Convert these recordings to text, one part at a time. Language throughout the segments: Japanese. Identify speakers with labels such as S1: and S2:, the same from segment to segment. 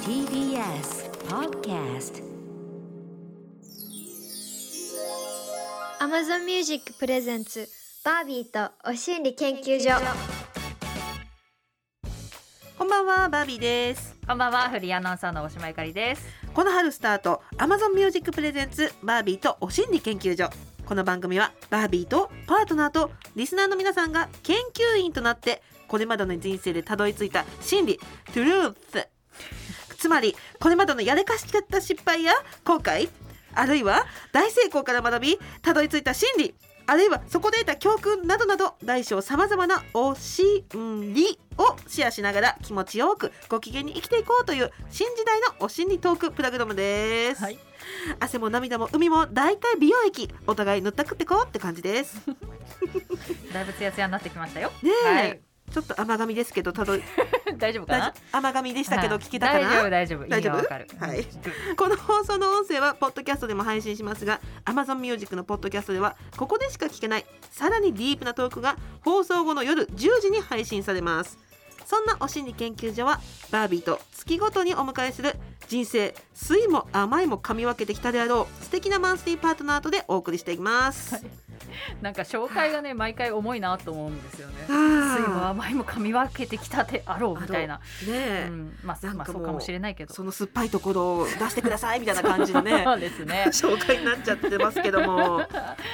S1: TBS Podcast
S2: Amazon Music プレゼンツバービーとお心理研究所
S3: こんばんは、バービーです。
S4: こんばんは、フリーアナウンサーの大島ゆかりです。
S3: この春スタート、Amazon Music Presents バービーとお心理研究所。この番組は、バービーとパートナーとリスナーの皆さんが研究員となって、これまでの人生でたどり着いた心理、Truth。つまり、これまでのやれかしちゃった失敗や後悔、あるいは大成功から学び、たどり着いた心理、あるいはそこで得た教訓などなど大小さまざまなおしんりをシェアしながら気持ちよくご機嫌に生きていこうという新時代のお心理トークプログラムです、
S4: はい
S3: 汗も涙も海も大体美容液お互い塗ったくってこうって感じです
S4: だいぶツヤツヤになってきましたよ。
S3: ねえ、ちょっと甘噛みですけどたどり
S4: はい、 大丈夫か
S3: 大
S4: な
S3: 丈。夫甘噛みでしたけど
S4: はい
S3: 聞けたかな、
S4: 大丈夫、大丈夫。意味はわかる。
S3: 大丈夫はい
S4: うん
S3: この放送の音声はポッドキャストでも配信しますが Amazon Music のポッドキャストではここでしか聞けないさらにディープなトークが放送後の夜10時に配信されますそんなお心理研究所はバービーと月ごとにお迎えする人生酸いも甘いも噛み分けてきたであろう素敵なマンスリーパートナーとでお送りしていきます、
S4: なんか紹介がね、毎回重いなと思うんですよね。
S3: あー
S4: 水も甘いも噛み分けてきたであろうみたいな。
S3: ね
S4: う
S3: え、
S4: ん、まあ、
S3: なん
S4: まあ、
S3: かも
S4: そ
S3: う
S4: うかもしれないけど。
S3: その酸っぱいところを出してくださいみたいな感じのね
S4: そうです ね。
S3: 紹介になっちゃってますけど も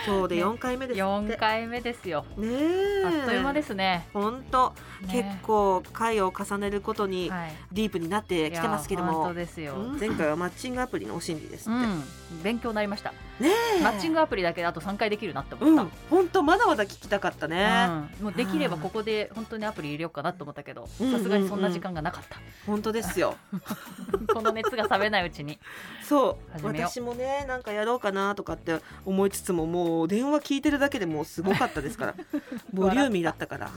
S3: 今日で4回目ですって、
S4: 四回目ですよ。
S3: ねえ
S4: あっという間ですすね。
S3: 本当結
S4: ね
S3: 構回を重ねることに
S4: はい。
S3: ディープになってきてますけど
S4: いや本
S3: も
S4: 当、です
S3: うん
S4: よ。
S3: 前回はマッチングアプリのお心理ですって、
S4: うん、勉強になりました。
S3: ねえ
S4: マッチングアプリだけであと三回できるなって
S3: う
S4: 思っ
S3: ん本当まだまだ聞きたかった
S4: た。
S3: ね、
S4: うん、もうできればここで本当にアプリ入れようかなと思ったけど、
S3: うん
S4: さすがにそんな時間がなか った。
S3: 本当ですよ
S4: この熱が冷めないうちに。
S3: そう
S4: 始めよう
S3: 私もねなんかやろうかなとかって思いつつももう電話聞いてるだけでもうすごかったですから ボリューミーだったから、ね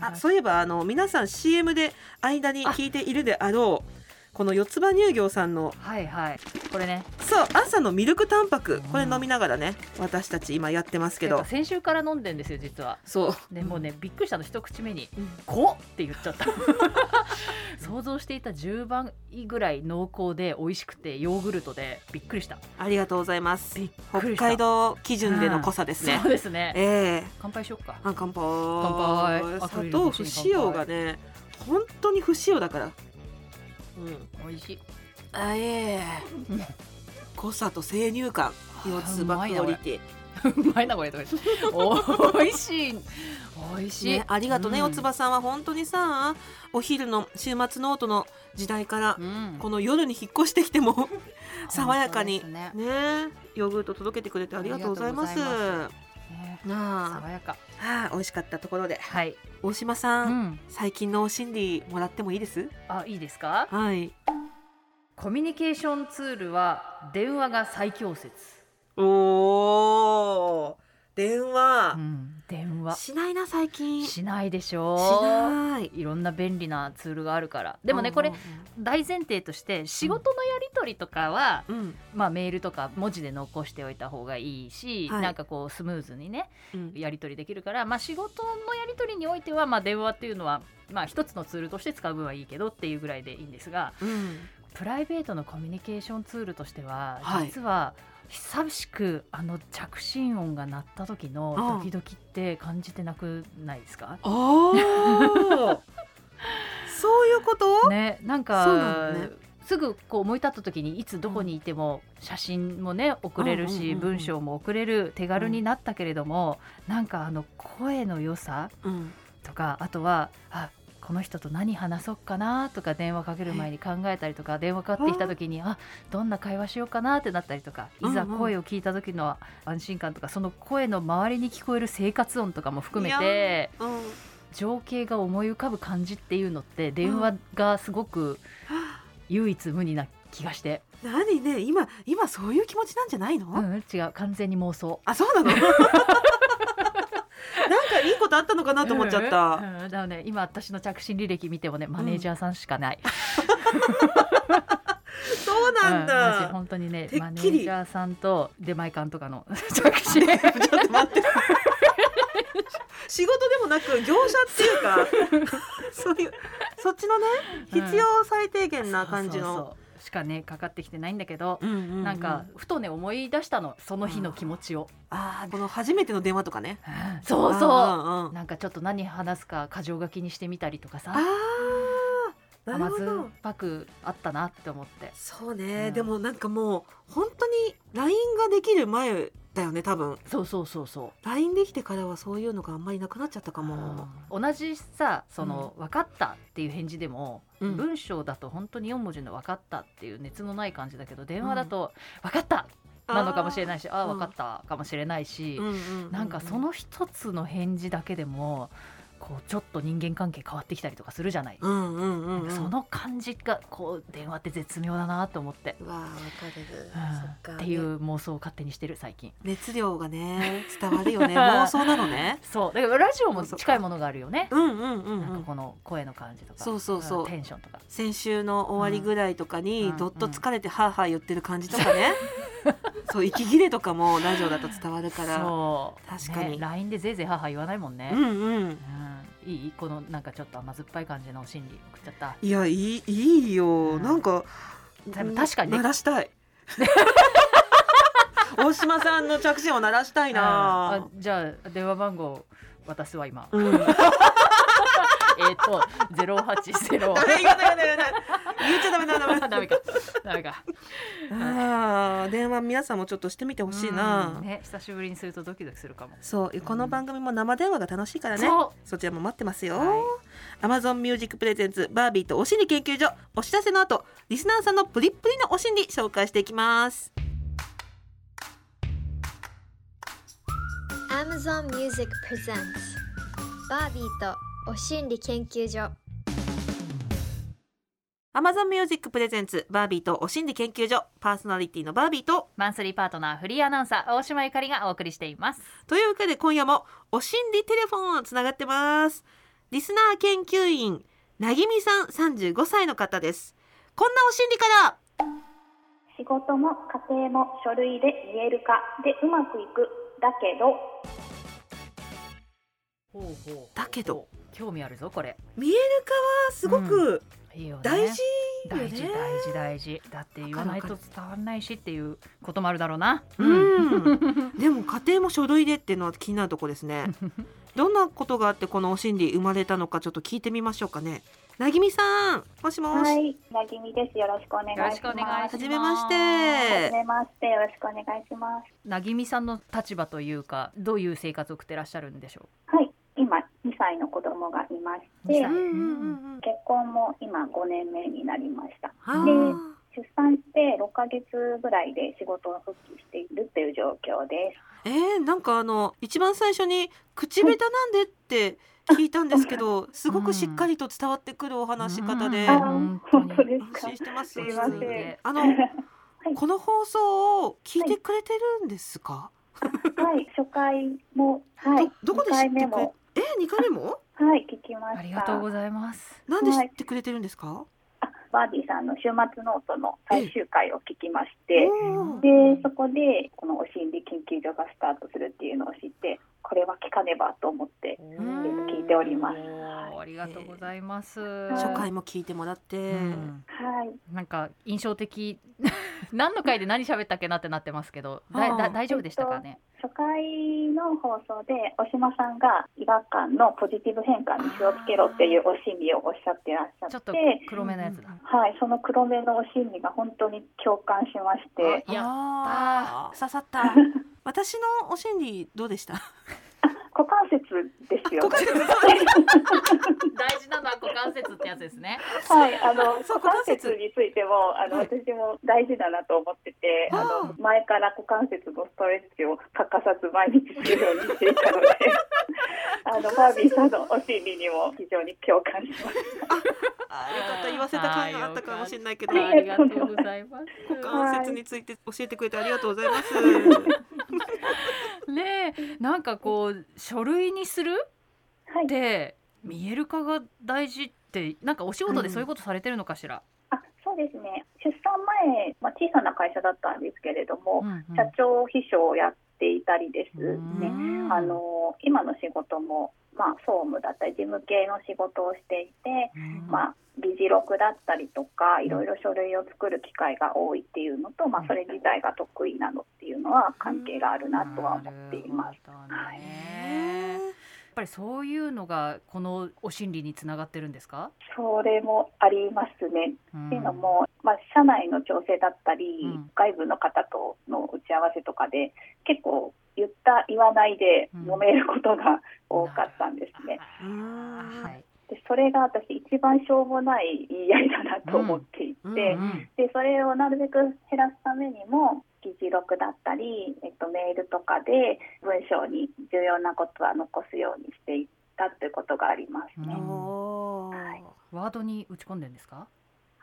S3: あそういえばあの皆さん CM で間に聞いているであろうこの四つ葉乳業さんの
S4: はいはい。これね、
S3: そう朝のミルクタンパ
S4: う
S3: ク
S4: ん
S3: これ飲みながらね私たち今やってますけ
S4: なん
S3: ど
S4: か先週から飲んでんですよ実は。
S3: そう
S4: でもうねびっくりしたの一口目に
S3: うん
S4: 「こ」って言っ ちゃった想像していた10倍ぐらい濃厚で美味しくてヨーグルトでびっくりした
S3: ありがとうございます
S4: びっく
S3: 北
S4: りした
S3: 海道基準での濃さですね
S4: そうですね
S3: ええ
S4: 乾杯しよっか
S3: あ乾杯
S4: 乾杯
S3: 砂糖不使用がね本当に不使用だからうん
S4: 美味しい
S3: あええ
S4: うん
S3: 濃さと生乳感四つ葉クオリティ
S4: うまいなこれとか 言って美味しい美味しい、
S3: ね、ありがとうね、
S4: うん
S3: 四つ葉さんは本当にさお昼の週末ノートの時代から
S4: うん
S3: この夜に引っ越してきて も爽やか
S4: 本
S3: に
S4: 当ですね
S3: ねヨーグルト届けてくれてありがとうございます
S4: ありがとうございね
S3: な
S4: 爽やか
S3: あ、はあ、美味しかったところで
S4: はい、
S3: 大島さ、
S4: うんん、
S3: 最近のお心理もらってもいいです
S4: あいいですか
S3: はい
S4: コミュニケーションツールは電話が最強説、
S3: おお電話、
S4: うん、電話
S3: しないな最近し
S4: しないでしょ
S3: ない
S4: いろんな便利なツールがあるからでもねこれ大前提として仕事のやり取りとかは、
S3: うん
S4: まあ、メールとか文字で残しておいた方がいいし、
S3: はい
S4: なんかこうスムーズにね
S3: うん
S4: やり取りできるから、まあ、仕事のやり取りにおいては、まあ、電話っていうのは、まあ、一つのツールとして使う分はいいけどっていうぐらいでいいんですが
S3: うん
S4: プライベートのコミュニケーションツールとしては、
S3: はい
S4: 実は久しくあの着信音が鳴った時の
S3: ああ
S4: ドキドキって感じてなくないですか
S3: お ーそういうこと、
S4: ね、なん
S3: そう
S4: か
S3: なのね
S4: すぐこう思い立った時にいつどこにいても写真もね送れる
S3: うんうんうん
S4: し
S3: うん
S4: 文章も送れる手軽になったけれどもなんかあの声の良さ
S3: うん、
S4: とかあとはあこの人と何話そうかなとか電話かける前に考えたりとか電話かかってきた時にあどんな会話しようかなってなったりとかいざ
S3: うんうん
S4: 声を聞いた時の安心感とかその声の周りに聞こえる生活音とかも含め
S3: いや
S4: て
S3: うん
S4: 情景が思い浮かぶ感じっていうのって電話がすごく唯一無二な気がして、
S3: 何ね今今そういう気持ちなんじゃないの、
S4: うん、違う完全に妄想
S3: あそうなの なんかいいことあったのかなと思っちゃった、
S4: うんうんだからね今私の着信履歴見てもねマネージャーさんしかない、
S3: そう
S4: うん
S3: なん
S4: マジ
S3: だ、
S4: 本当にね
S3: てっきり
S4: マネージャーさんと出前館とかの 着信
S3: ちょっと待って 仕事でもなく業者っていうかそういうそっちのね
S4: うん
S3: 必要最低限な感じ
S4: そう
S3: の
S4: そうそうしかねかかってきてないんだけど、
S3: うんうう
S4: なんかふとね思い出したのその日の気持ちを、
S3: あーこの初めての電話とかね
S4: うんそうそう
S3: あー
S4: なんかちょっと何話すか箇条書きにしてみたりとか
S3: あー
S4: さ
S3: あーな
S4: 甘
S3: るほ
S4: 酸
S3: ど
S4: っぱくあったなって思って
S3: そうね、
S4: うん
S3: でもなんかもう本当に LINE ができる前だよね多分
S4: そうそうそうそう
S3: LINE できてからはそういうのがあんまりなくなっちゃったかも、
S4: 同じさその、分かったっていう返事でも、
S3: うん、
S4: 文章だと本当に4文字の分かったっていう熱のない感じだけど電話だと、分かったなのかもしれないいしああ
S3: うん
S4: 分かったかもしれないし、
S3: うんうんうん
S4: なんかその一つの返事だけでもこうちょっと人間関係変わってきたりとかするじゃない、
S3: うんうんうん、うん、
S4: その感じがこう電話って絶妙だなと思って、
S3: うわーわかる、
S4: うん
S3: そっか
S4: っていう妄想を勝手にしてる最近
S3: 熱量が ね伝わるよね妄想なのね
S4: そうだからラジオ
S3: そ
S4: も
S3: うそう
S4: 近いものがあるよね、
S3: うんうんうん
S4: なん
S3: う
S4: か
S3: ん
S4: この声の感じとか
S3: そうそうそうん
S4: テンションとか
S3: 先週の終わりぐらいとか
S4: う
S3: に
S4: ん
S3: どっと疲れてハーハー言ってる感じとか ね、そう息切れとかもラジオだと伝わるから
S4: そう
S3: 確かに
S4: ね LINE でぜいぜい母言わないもんね、
S3: う
S4: うん
S3: んうん
S4: いいこのなんかちょっと甘酸っぱい感じの心理送っちゃった
S3: いやいいいいよ、
S4: うん
S3: なんか
S4: でも確かにね
S3: 鳴ら したい大島さんの着信を鳴らしたい
S4: あ
S3: な、
S4: じゃあ電話番号渡す わ今
S3: うん、ダメ
S4: えっとゼロ八ゼロ
S3: ダメダメダメ言っちゃダメダメダメ
S4: ダメかダメか
S3: あー電話皆さんもちょっとしてみてほしいな、
S4: うんね久しぶりにするとドキドキするかも
S3: そうこの番組も生電話が楽しいからね、
S4: そう
S3: そちらも待ってますよ、
S4: はい
S3: Amazon Music Presents バービーとお心理研究所お知らせの後リスナーさんのプリップリのお心理紹介していきます
S2: Amazon Music Presents バービーとお心理研究所
S3: Amazon Music Presents バービーとお心理研究所パーソナリティのバービーと
S4: マンスリーパートナーフリーアナウンサー大島ゆかりがお送りしています
S3: というわけで今夜もお心理テレフォンつながってますリスナー研究員なぎみさん35歳の方ですこんなお心理から
S1: 仕事も家庭も書類で見える化でうまくいくだけど
S4: ほうほう
S3: だけど
S4: 興味あるぞこれ
S3: 見える化はすごく
S4: いいよね
S3: 大事よね、
S4: 大事大事大事だって言わないと伝わんないしっていうこともあるだろうな
S3: うん、でも家庭も書類でっていうのは気になるとこです ねどんなことがあってこのお心理生まれたのかちょっと聞いてみましょうかねなぎみさんもしもし、
S1: はいなぎみですよろしくお願いし
S4: よ
S1: ま
S4: ろ
S1: す
S4: しくお願いします
S3: はじめまし
S1: は
S3: て
S1: じめましてよろしくお願いします
S4: なぎみさんの立場というかどういう生活を送ってらっしゃるんでしょ
S1: はい今2歳の子供がいまし
S4: 二
S1: て
S4: 歳
S3: うんうんうんうん
S1: 結婚も今5年目になりました
S3: あ
S1: で
S3: ー
S1: 出産して6ヶ月ぐらいで仕事を復帰しているという状況です
S3: えー、なんかあの一番最初に口下手なんでって聞いたんですけどすごくしっかりと伝わってくるお
S4: う
S3: 話し方で、
S4: うん
S1: あ
S4: あ
S1: ー
S4: 本当に
S1: 本当ですか
S3: 安心してます
S1: すいません
S3: あの、
S1: い
S3: この放送を聞いてくれてるんですか、
S1: はい初回もはい
S3: どどこで知っ
S1: 二
S3: てくれ
S1: 回目も
S3: え二回目も
S1: はい聞きました
S4: ありがとうございます
S3: なんで知ってくれてるんですか、
S1: あバービーさんの週末ノートの最終回を聞きまして、
S3: おー
S1: でそこでこのお心理研究所がスタートするっていうのを知ってこれは聞かねばと思って
S3: ん
S1: 聞いております
S4: おーありがとうございます
S1: い
S3: 初回も聞いてもらって、
S4: うん
S1: はい
S4: なんか印象的 何の回で何喋ったっけなってなってますけどだ
S3: ああ
S4: だ大丈夫でしたかね
S1: 初回の放送で小島さんが違和感のポジティブ変化に気をつけろっていうお心理をおっしゃってらっし
S4: ちょ
S1: ゃ
S4: っ
S1: って
S4: と黒目のやつだ
S1: はいその黒目のお心理が本当に共感しまして
S4: あやった
S3: あー刺さ った。私のお心理どうでした？
S1: 股関節ですよ
S3: 股関
S1: ね
S3: 節
S4: 大事なのは股関節ってやつです ね
S1: はい、あの
S3: そう
S1: 股関節
S3: 股関節
S1: についてもあの、
S3: はい
S1: 私も大事だなと思っててあ
S3: あ
S1: の前から股関節のストレッチを欠かさず毎日するようにしていたの であのバービーさんのお心理にも非常に共感しまし
S3: あーよかった言わせた感があったかもしれないけど、
S4: ありがとうございます
S3: 股関節について教えてくれてありがとうございます。
S4: ねえなんかこう書類にする
S1: た。はい
S4: って見える化が大事ってなんかお仕事でそういうことされてるのかしら、
S1: あそうですね出産前、まあ、小さな会社だったんですけれども、
S4: うんうん
S1: 社長秘書をやっていたりですね、
S4: うん
S1: あの今の仕事もまあ、総務だったり事務系の仕事をしていて、
S4: うん
S1: まあ、議事録だったりとかいろいろ書類を作る機会が多いっていうのと、まあ、それ自体が得意なのっていうのは関係があるなとは思っています。
S4: なるほど
S1: はい
S4: ねやっぱりそういうのがこのお心理につながってるんですか？
S1: それもありますね。
S4: っ
S1: っていうのも、まあ、社内の調整だったり、
S4: うん
S1: 外部の方との打ち合わせとかで結構言った言わないで揉めることが多かったんですね。
S3: うん
S4: はい。
S1: でそれが私一番しょうもない言い合いだなと思っていて、
S3: うん
S4: うん
S1: でそれをなるべく減らすためにも議事録だったり、えっと、メールとかで文章に重要なことは残すようにしていったということがありますね。
S4: うん
S3: おー
S1: はい
S4: ワードに打ち込んでんですか？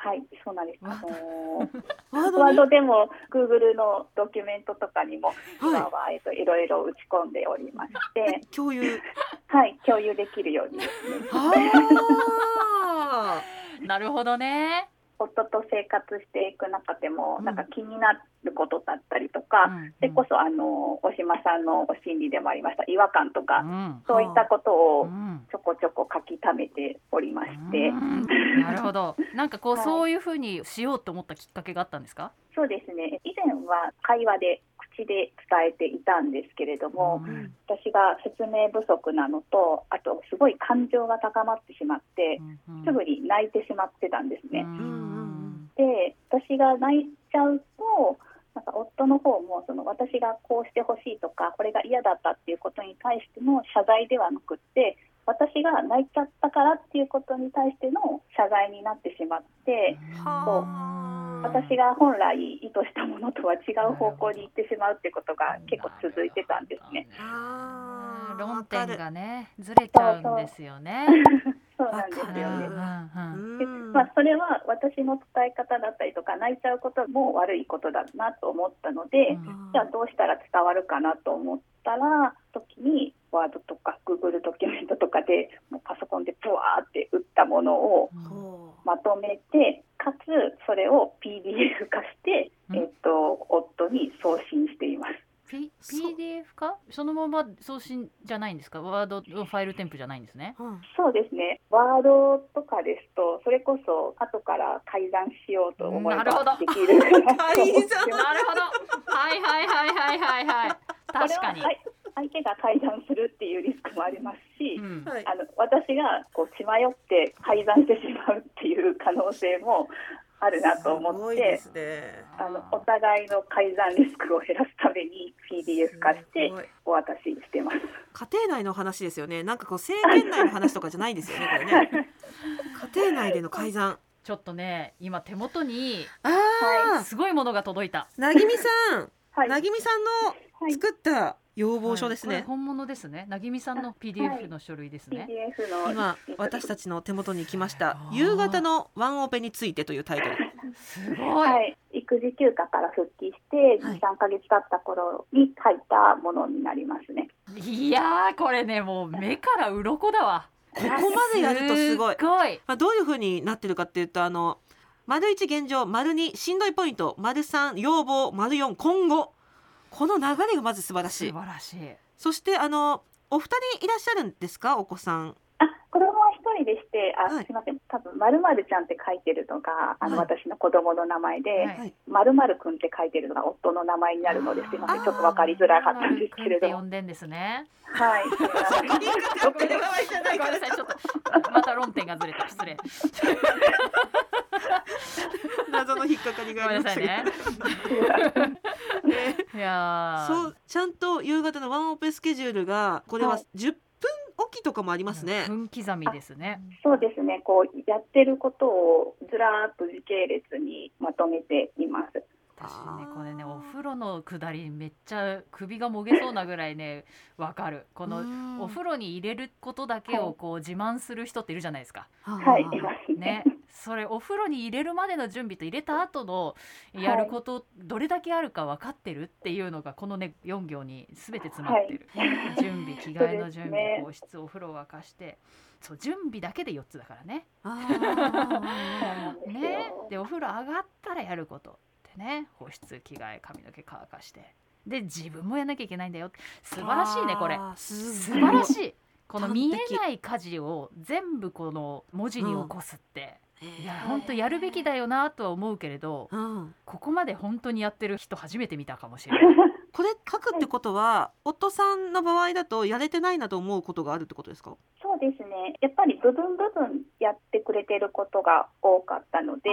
S1: はい、そうなんです。
S4: わ
S1: あのー
S3: ワ ード
S1: ワー
S3: に
S1: ドでも Google のドキュメントとかにも今
S3: は
S1: は、えっと、いろいろ打ち込んでおりまして
S3: い、共有
S1: はい、共有できるようにですね
S3: あ
S4: なるほどね。
S1: 夫と生活していく中でも、
S4: うん
S1: なんか気になることだったりと
S4: う
S1: か、
S4: ん
S1: それこそあの大島さんのお心理でもありました違和感とか、
S4: うん
S1: そういったこと
S4: う
S1: を
S4: ん
S1: ちょこちょこ書き溜めておりまして、
S4: うんなるほど。なんかこう、
S1: はい
S4: そういうふうにしようと思ったきっかけがあったんですか？
S1: そうですね以前は会話で口で伝えていたんですけれども、
S4: うん
S1: 私が説明不足なのとあとすごい感情が高まってしまって
S4: うん
S1: すぐに泣いてしまってたんですね。
S4: うん
S1: で私が泣いちゃうとなんか夫の方もその私がこうしてほしいとかこれが嫌だったっていうことに対しての謝罪ではなくって私が泣いちゃったからっていうことに対しての謝罪になってしまってこう私が本来意図したものとは違う方向に行ってしまうっていうことが結構続いてたんですね。。
S3: あー
S4: 論点がねずれちゃうんですよね。
S1: そうなんですよ
S3: わか
S1: ね
S3: る
S4: うんうんうん
S1: で
S3: うん
S1: まあ、それは私の伝え方だったりとか泣いちゃうことも悪いことだなと思ったので、じゃあどうしたら伝わるかなと思ったら時にワードとか Google ドキュメントとかでもうパソコンでブワーって打ったものを
S3: ほう
S1: まとめてかつそれを PDF 化して、
S4: うん
S1: えっと夫に送信しています。
S4: P
S3: そう
S4: PDF かそのまま送信じゃないんですかワードのファイル添付じゃないんですね。
S3: うん
S1: そうですねワードとかですとそれこそ後から改ざんしようと思え
S4: な
S1: ば
S4: るほど
S1: できるかなと思って
S3: 改ざん
S4: なるほど。はいはいはいはいはいはい。
S1: こ れ
S4: 確かに
S1: は。はい相手が改ざんするっていうリスクもありますし、
S4: うん
S3: はい
S1: あの私がこう血迷って改ざんしてしまうっていう可能性もあるなと
S3: す
S1: 思
S3: ご
S1: っ
S3: いで
S1: て
S3: すね
S1: あのお互いの改ざんリスクを減らすために PDF 化して
S3: すごい
S1: お渡ししてます。
S3: 家庭内の話ですよねなんかこう政権内の話とかじゃないですよねこれね家庭内での改ざん
S4: ちょっとね今手元に
S3: あ
S1: は
S3: あ、
S4: すごいものが届いた。
S3: なぎみさん、
S1: はい、
S3: なぎみさんの
S1: はい
S3: 作った要望書です
S4: はい
S3: ね
S4: こ。れ本物ですね。なぎみさんの PDF の書類ですね。
S1: PDF の
S3: 今私たちの手元に来ました
S4: あ
S3: 「
S4: ー
S3: 夕方のワンオペについて」というタイトル。
S4: すごい。
S1: はい、育児休暇から復帰して
S3: はい
S1: 2、3ヶ月経った頃に書いたものになりますね。
S4: いやーこれねもう目から鱗だわ。
S3: ここまでやるとすごい。
S4: すごい。
S3: まあ、どういうふうになってるかっていうとあの丸一現状丸二しんどいポイント丸三要望丸四今後この流れがまず素晴らし
S4: 素晴
S3: い。
S4: らしい。
S3: そしてあのお二人いらっしゃるんですかお子さん。
S1: あ、子供は一人でして、あ、
S3: はい
S1: すみません、多分まるまるちゃんって書いてるのが、あの、
S3: はい
S1: 私の子供の名前で。
S4: はい
S3: はい、
S1: まるまるくんって書いてるのが夫の名前になるのですいませんちょっとわかりづらかったんですけ
S4: 丸くんっ
S1: れど
S4: て呼
S1: も
S4: んでんですね。
S1: はい
S4: ごめんなさい、 ごめんなさい、ちょっと、また論点がずれた、失礼。
S3: 謎の引っかかり
S4: ご
S3: があ
S4: め
S3: りま
S4: んな
S3: し
S4: さ
S3: た
S4: い
S3: けど
S4: ね。いやー。
S3: そうちゃんと夕方のワンオペスケジュールがこれは10分おきとかもありますね。
S4: 分刻みですね。
S1: そうですねこうやってることをずらーっと時系列にまとめています
S4: 私ね
S3: あー
S4: これねお風呂の下りめっちゃ首がもげそうなぐらいねわかるこのお風呂に入れることだけをこう自慢する人っているじゃないですか
S1: はいい
S3: はあ
S1: ますね
S4: ねそれお風呂に入れるまでの準備と入れた後のやることどれだけあるか分かってるっていうのがこのね4行に全て詰まってる、準備着替えの準備
S1: そうですね
S4: 皇室お風呂沸かしてそう準備だけで4つだからね
S3: あ
S1: そうなんですよ
S4: ねでお風呂上がったらやることってね保湿着替え髪の毛乾かしてで自分もやんなきゃいけないんだよ素晴らしいねこれ
S3: あーす
S4: 素
S3: ごい
S4: 晴らしいこの見えない家事を全部この文字に起こすって、いや本当やるべきだよなとは思うけれど
S3: うん、
S4: ここまで本当にやってる人初めて見たかもしれ ない。
S3: これ書くってことは、夫さんの場合だとやれてないなと思うことがあるってことですか
S1: そうですねやっぱり部分部分やってくれてることが多かったので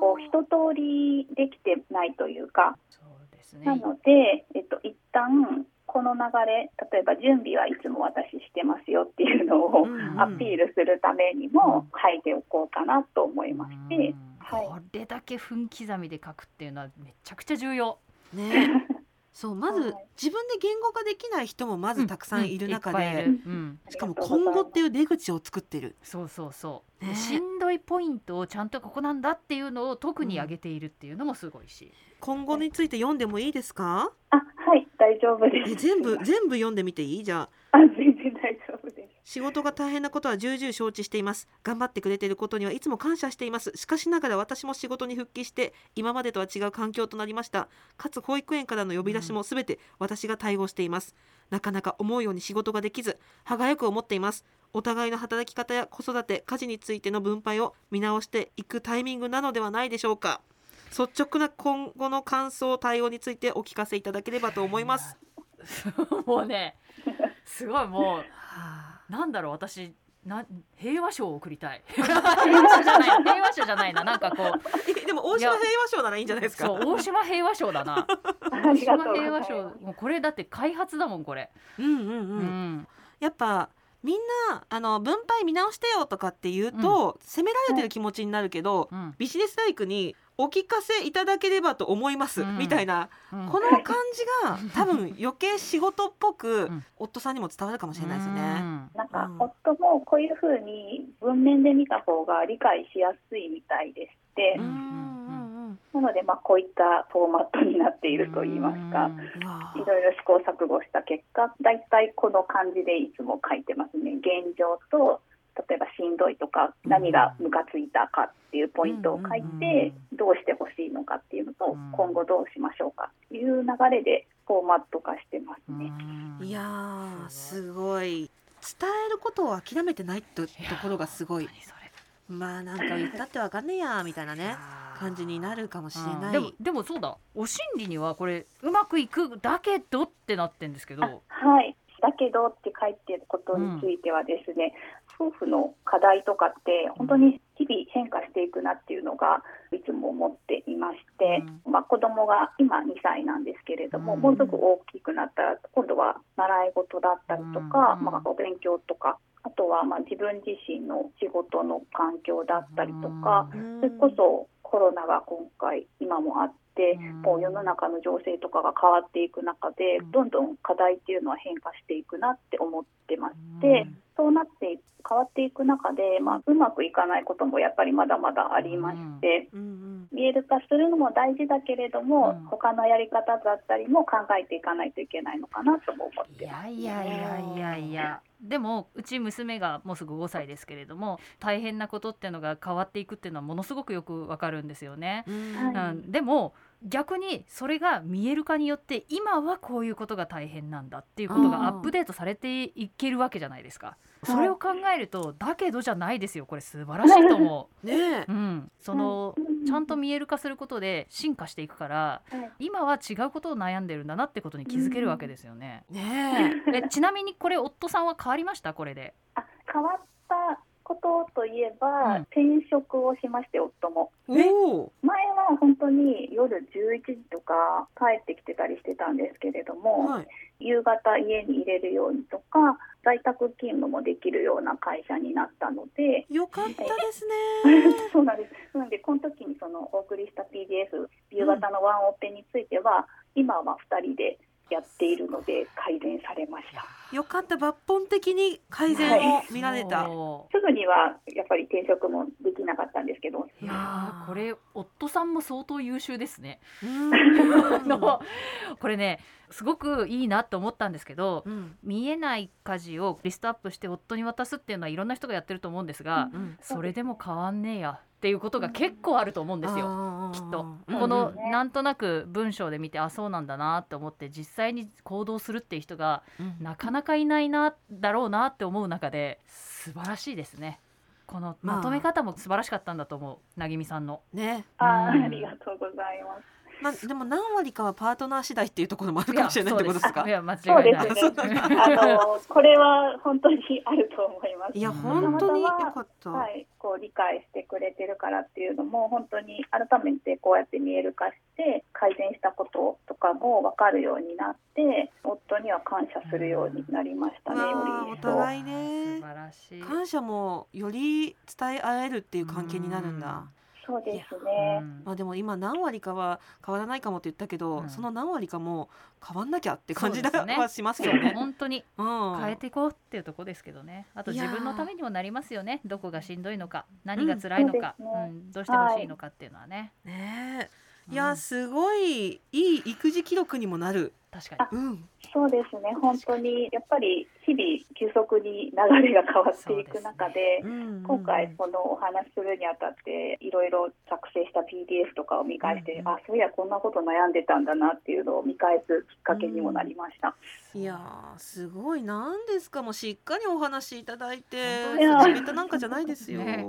S1: こう一通りできてないというか
S4: そうです
S1: な
S4: ね
S1: ので、えっと、一旦この流れ例えば準備はいつも私してますよっていうのを
S3: うん
S1: アピールするためにも書いておこうかなと思いまして、
S4: うん
S1: はい
S4: これだけ分刻みで書くっていうのはめちゃくちゃ重要。
S3: ねそうまず
S1: はい
S3: 自分で言語化できない人もまずたくさんいる中
S4: うんうんいっぱいい
S3: で、
S4: るうん
S3: しかも今後っていう出口を作ってる。
S4: そうそうそう、
S3: ね
S4: しんどいポイントをちゃんとここなんだっていうのを特に上げているっていうのもすごいし、
S3: 今後について読んでもいいですか？
S1: あはい大丈夫です
S3: え全部全部読んでみていいじゃあ
S1: あ全然大丈夫です
S3: 仕事が大変なことは重々承知しています頑張ってくれていることにはいつも感謝していますしかしながら私も仕事に復帰して今までとは違う環境となりましたかつ保育園からの呼び出しもすべて私が対応しています、なかなか思うように仕事ができず歯がゆく思っていますお互いの働き方や子育て家事についての分配を見直していくタイミングなのではないでしょうか率直な今後の感想対応についてお聞かせいただければと思います、
S4: もうねすごいも
S3: は
S4: うなんだろう私な平和賞を送り たい平和賞じゃない平和賞じゃないななんかこう
S3: あ、えでも大島平和賞ならいいんじゃないですか
S4: そう大島平和賞だな
S1: あ
S4: 大
S1: りがと
S4: 島
S1: うござい
S4: 平
S1: ま
S4: 和
S1: す
S4: 賞もうこれだって開発だもんこれ、
S3: うんうんうん、
S4: うん
S3: やっぱみんなあの分配見直してよとかって言うと、責められてる気持ちになるけど、
S4: うん
S3: ビジネスライクにお聞かせいただければと思います、
S4: うん
S3: みたいな、
S4: うん
S3: この感じが多分余計仕事っぽく、
S4: ん
S3: 夫さんにも伝わるかもしれないですよね。
S1: なんか
S3: うん
S1: 夫もこういうふうに文面で見た方が理解しやすいみたいでして
S4: う
S3: うんんうん
S1: なのでまあこういったフォーマットになっていると言いますか
S3: うんうわ
S1: いろいろ試行錯誤した結果大体この感じでいつも書いてますね現状と例えばしんどいとか
S4: うん
S1: 何がムカついたかっていうポイントを書い
S4: うんうん
S1: てどうしてほしいのかっていうのと
S4: うん
S1: 今後どうしましょうかっていう流れでフォーマット化してますね。
S3: いやーすごい伝えることを諦めてないってところがすごい
S4: 本当にそれ
S3: まあなんか言ったってわかんねえやみたいなね感じになるかもしれ
S4: うん
S3: ない。
S4: でもでもそうだお心理にはこれうまくいくだけどってなってんですけど
S1: はい、だけどって書いてることについてはですね、夫婦の課題とかって本当に日々変化していくなっていうのがいつも思っていまして、まあ、子供が今2歳なんですけれども、
S4: うん
S1: もうすぐ大きくなったら今度は習い事だったりとか、
S4: うん
S1: まあ、お勉強とかあとはまあ自分自身の仕事の環境だったりとか、
S3: うん
S1: それこそコロナが今回今もあって、もう世の中の情勢とかが変わっていく中で、
S4: うん
S1: どんどん課題っていうのは変化していくなって思ってます。
S4: で
S1: でそうなってい変わっていく中で、まあ、うまくいかないこともやっぱりまだまだありまして、
S3: うんうん
S1: 見える化するのも大事だけれども、
S4: うん
S1: 他のやり方だったりも考えていかないといけないのかなとも思っ
S4: い
S1: てます。
S4: やいやいやいやいやでもうち娘がもうすぐ5歳ですけれども大変なことっていうのが変わっていくっていうのはものすごくよくわかるんですよね。
S3: うん
S1: はい
S4: うん、でも逆にそれが見える化によって今はこういうことが大変なんだっていうことがアップデートされていけるわけじゃないですか。
S1: い
S4: それを考えるとだけどじゃないですよこれ素晴らしいと思
S3: ねえ
S4: う。うん、その
S1: うん
S4: ちゃんと見える化することで進化していくから
S1: はい
S4: 今は違うことを悩んでるんだなってことに気づけるわけですよね。
S3: ね
S4: えちなみにこれ夫さんは変わりましたこれで。
S1: あ変わったことといえば、
S4: うん
S1: 転職をしまして夫も。
S3: え。おお。
S1: 前は本当に夜11時とか帰ってきてたりしてたんですけれども、
S3: はい。
S1: 夕方家に入れるようにとか在宅勤務もできるような会社になったので
S3: よかったですね。
S1: そうなんですなのでこの時にそのお送りした PDF 夕方のワンオペについては、今は2人でやっているので改善されました
S3: よかった抜本的に改善を見られた。
S4: そ
S1: すぐにはやっぱり転職もできなかったんですけど
S4: ういやーこれ夫さんも相当優秀ですね。
S3: うん
S4: あ のこれねすごくいいなと思ったんですけど
S3: うん
S4: 見えない家事をリストアップして夫に渡すっていうのはいろんな人がやってると思うんですが、
S1: うん
S4: それでも変わんねえやっていうことが結構あると思うんですよ。
S3: よ
S4: きっと
S1: う
S4: こ
S1: ん
S4: の
S1: ね
S4: なんとなく文章で見てあそうなんだなって思って実際に行動するっていう人がなかなかいないなだろうなって思う中で素晴らしいですねこの
S3: まあ
S4: まとめ方も素晴らしかったんだと思うなぎみさんの
S3: ね、
S1: あ
S4: うん
S1: ーありがとうございます。
S3: まあでも何割かはパートナー次第っていうところもある
S4: い
S3: か
S4: や
S3: もしれないってことですか
S4: そうい。や間違
S1: そう
S4: い
S1: で
S4: ない
S1: す
S3: そう
S1: ね。
S3: な
S1: あのこれは本当にあると思います。
S3: いや
S4: うん
S3: 本当によかった。
S1: はい、こう理解してくれてるからっていうのも本当に改めてこうやって見える化して改善したこととかも分かるようになって夫には感謝するようになりましたね、
S3: うん
S1: より
S3: お
S1: 一層。
S3: 互いね
S4: 素晴らしい
S3: 感謝もより伝え合えるっていう関係になるんだ。
S1: そうです
S4: う
S1: ね。
S4: ん
S3: まあでも今何割かは変わらないかもって言ったけど、
S4: うん
S3: その何割かも変わんなきゃって感じ
S4: そうで
S3: だ、
S4: すね
S3: はしますよね。
S4: 本当に
S3: うん、
S4: 変えていこうっていうとこですけどねあと
S3: いや
S4: 自
S3: ー
S4: 分のためにもなりますよねどこがしんどいのか何が辛いのか、
S1: う
S4: うんん
S1: そうですね
S4: どうしてほしいのかっていうのはね、
S3: ねえ。いうや
S4: ん
S3: すごいいい育児記録にもなる。
S4: 確かに
S3: うん。
S1: そうですね本当にやっぱり日々急速に流れが変わっていく中で
S3: うんうんうん
S1: 今回このお話しするにあたっていろいろ作成した PDF とかを見返して、
S3: うんうん
S1: あそういやこんなこと悩んでたんだなっていうのを見返すきっかけにもなりました。
S3: いやーすごいなんですかもうしっかりお話しいただいて
S4: 本
S1: 当です
S3: 口
S1: ね
S3: 下手なんかじゃないですよ、
S4: ね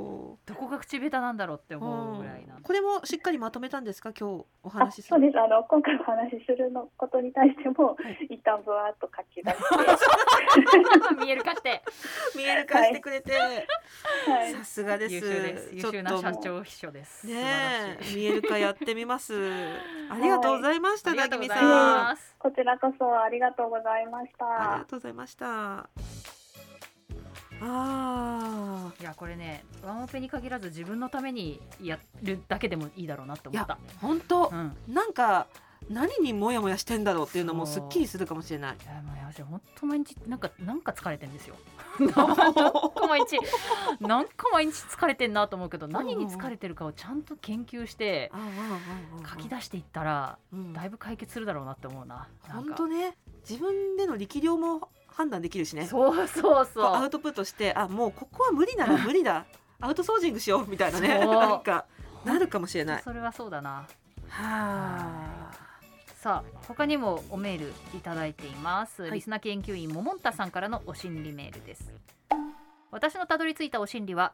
S4: どこが口下手なんだろうって思うぐらいな、
S3: うんこれもしっかりまとめたんですか今日お
S1: あ
S3: 話しす
S1: そう
S3: る
S1: ですあの今回お話しするのことに対しても、
S3: はい
S1: 一旦ぶわっと書き出して、
S4: 見える化して
S3: 見える化してくれて、
S1: はい
S3: さすがです
S4: 優秀です優秀な社長秘書です
S3: ねえ
S4: 素晴らしい
S3: 見える化やってみますありがとうございました
S4: あり
S3: な
S4: がと
S3: ぎ
S4: うご
S3: み
S4: ざ
S3: さ
S4: い
S3: んあ
S4: ます
S1: こちらこそありがとうございまし
S3: り
S1: た
S3: が。とうございましたあ
S4: いやこれねワンオペに限らず自分のためにやるだけでもいいだろうなって思った
S3: ー本当
S4: う、ん
S3: なんか何にモヤモヤしてんだろうっていうのもすっきりするかもしれ ない
S4: いやもうやばい本当毎日なんかなんか疲れてん ですよなんか毎日なんか毎日疲れてんなと思うけど何に疲れてるかをちゃんと研究して
S3: ああああああ
S4: 書き出していったら
S3: うん
S4: だいぶ解決するだろうなって思うななん
S3: 本
S4: か
S3: 当ね自分での力量も判断できるしね
S4: そうそう
S3: こうア
S4: そ
S3: ウ
S4: う
S3: トプットしてあもうここは無理な ら無理だアウトソージングしようみたいなね
S4: そう
S3: なんかなるかもしれない
S4: それはそうだな
S3: は
S4: さあ他にもおメールいただいています、
S3: い
S4: リスナー研究員ももんたさんからのお心理メールです私のたどり着いたお心理は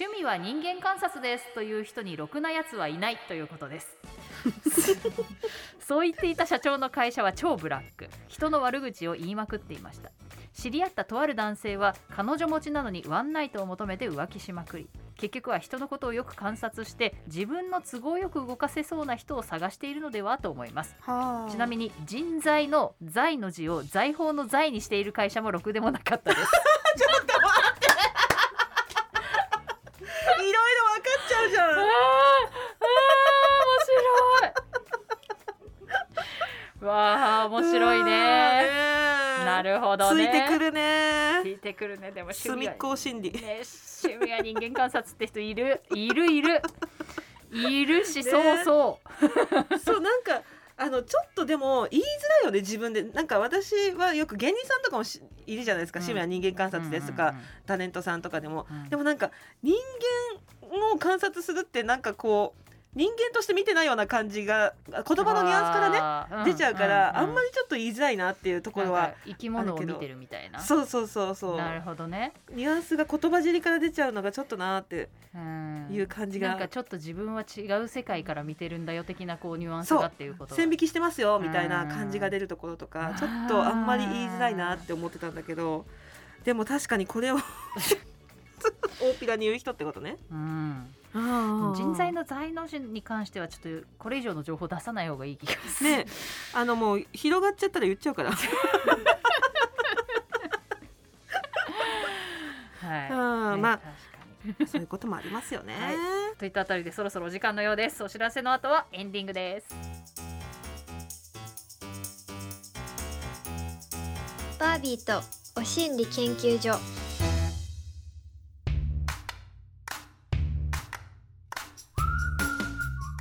S4: 趣味は人間観察ですという人にろくなやつはいないということですそう言っていた社長の会社は超ブラック人の悪口を言いまくっていました知り合ったとある男性は彼女持ちなのにワンナイトを求めて浮気しまくり結局は人のことをよく観察して自分の都合よく動かせそうな人を探しているのではと思います
S3: は
S4: ちなみに人材の財の字を財宝の財にしている会社もろくでもなかった です。
S3: にいろいろ分かっちゃうじ
S4: あー
S3: ゃん
S4: 面白い。 わあ面白いね。な
S3: な
S4: るほどね。
S3: ついてく。るね
S4: ついてくるねでも趣味
S3: 隅
S4: は
S3: っこ心理
S4: ね趣味は人間観察って人いるいるいるいるし、
S3: ね
S4: そうそう。
S3: そうなんかあのちょっとでも言いづらいよね自分でなんか私はよく芸人さんとかもしいるじゃないですか、
S4: うん
S3: 趣味は人間観察ですとか、
S4: うんうん
S3: タレントさんとかでも、
S4: うん
S3: でもなんか人間を観察するってなんかこう人間として見てないような感じがあ言葉のニュアンスからね
S4: ね
S3: 出ちゃうから、あんまりちょっと言いづらいなっていうところは
S4: 生き物を見てるみたいな。
S3: そうそうそうそう
S4: なるほどね。
S3: ニュアンスが言葉尻から出ちゃうのがちょっとなーって
S4: うん
S3: いう感じ
S4: なんか
S3: が、
S4: ちょっと自分は違う世界から見てるんだよ的なこうニュアンス
S3: そう
S4: がっていうこと
S3: 線引きしてますよみたいな感じが出るところとか
S4: うん
S3: ちょっとあんまり言いづらいなって思ってたんだけどでも確かにこ れを大っぴらに言う人ってことね。
S4: うん、人
S3: 人
S4: 材の財能人に関してはちょっとこれ以上の情報出さない方がいい気がする、
S3: ねあのもう広がっちゃったら言っちゃうから。
S4: はい、
S3: うん
S4: ね
S3: まあ
S4: 確かに
S3: そういうこともありますよね。
S4: はいといったあたりでそろそろお時間のようですお知らせの後はエンディングです
S2: バービーとお心理研究所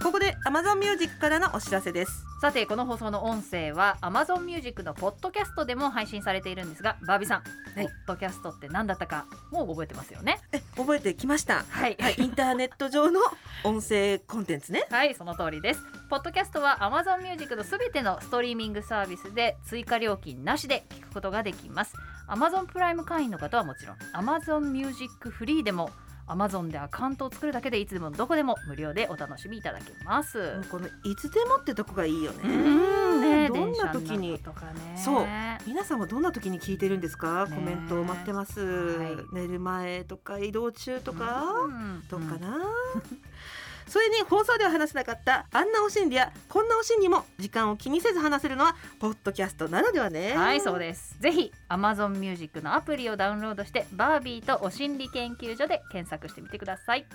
S3: ここで Amazon Music からのお知らせです
S4: さてこの放送の音声は Amazon Music のポッドキャストでも配信されているんですがバービーさん、
S3: はい
S4: ポッドキャストって何だったかもう覚えてますよね
S3: え覚えてきました
S4: はい
S3: はい、インターネット上の音声コンテンツね。
S4: はい、その通りです。ポッドキャストは Amazon Music のすべてのストリーミングサービスで追加料金なしで聞くことができます。Amazon プライム会員の方はもちろん、Amazon Music フリーでも Amazon でアカウントを作るだけでいつでもどこでも無料でお楽しみいただけます。
S3: うんこのいつでもってとこがいいよね。
S4: ね
S3: どん
S4: 電車
S3: な
S4: の
S3: 時に
S4: 中とかね
S3: そう皆さんはどんな時に聞いてるんですか？
S4: ね
S3: コメントを待ってます。
S4: は
S3: 寝る前とか移動中とか、
S4: うん
S3: どうかな。 それに放送では話せなかったあんなお心理やこんなお心理も時間を気にせず話せるのはポッドキャストならではね。
S4: はいそうですぜひ Amazon Music のアプリをダウンロードしてバービーとお心理研究所で検索してみてください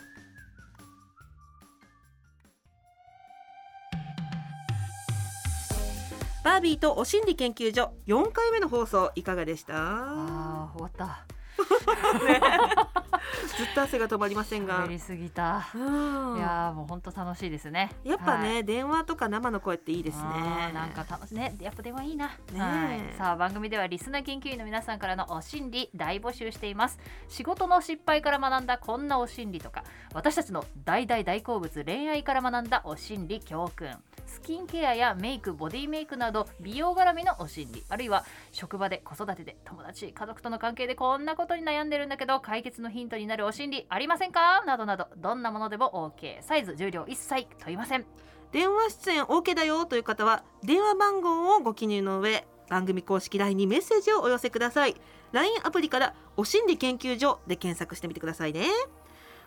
S3: バービーとお心理研究所4回目の放送いかがでした？
S4: あー終わった
S3: ずっと汗が止まりませんが
S4: 喋。りすぎた
S3: うん
S4: いやーもう本当楽しいですね。
S3: やっぱね、
S4: はい
S3: 電話とか生の声っていいですね
S4: あーなんか楽しいねやっぱ電話いいな、
S3: え
S4: はい、さあ番組ではリスナー研究員の皆さんからのお心理大募集しています仕事の失敗から学んだこんなお心理とか私たちの大大大好物恋愛から学んだお心理教訓スキンケアやメイクボディメイクなど美容絡みのお心理あるいは職場で子育てで友達家族との関係でこんなことに悩んでるんだけど解決のヒントになるお心理ありませんかなどなどどんなものでも OK サイズ重量一切問いません
S3: 電話出演 OK だよという方は電話番号をご記入の上番組公式 LINE にメッセージをお寄せください LINE アプリから「お心理研究所」で検索してみてくださいね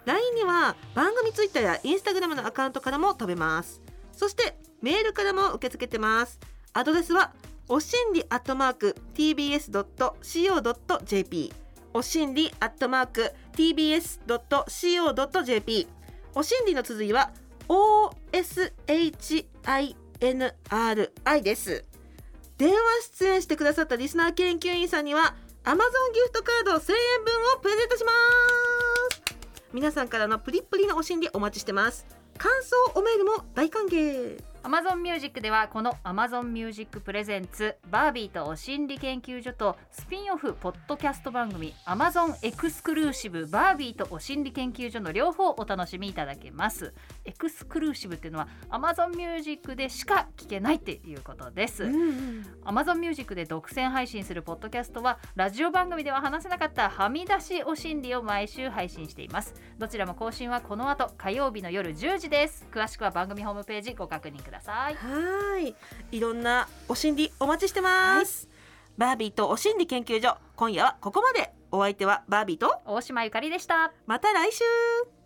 S3: LINE には番組 Twitter や Instagram のアカウントからも飛べますそしてメールからも受け付けてますアドレスはお心理アットマーク tbs.co.jp お心理アットマーク tbs.co.jp お心理の続いは OSHINRI です電話出演してくださったリスナー研究員さんには Amazon ギフトカード1000円分をプレゼントします皆さんからのプリップリのお心理お待ちしてます感想おメールも大歓迎
S4: Amazon Music ではこの Amazon Music Presents バービーとお心理研究所とスピンオフポッドキャスト番組 Amazon エクスクルーシブバービーとお心理研究所の両方をお楽しみいただけますエクスクルーシブっていうのは Amazon Music でしか聞けないっていうことです、Amazon Music で独占配信するポッドキャストはラジオ番組では話せなかったはみ出しお心理を毎週配信していますどちらも更新はこの後火曜日の夜10時です詳しくは番組ホームページご確認ください
S3: はーいいろんなお心理お待ちしてます、バービーとお心理研究所今夜はここまでお相手はバービーと
S4: 大島ゆかりでした
S3: また来週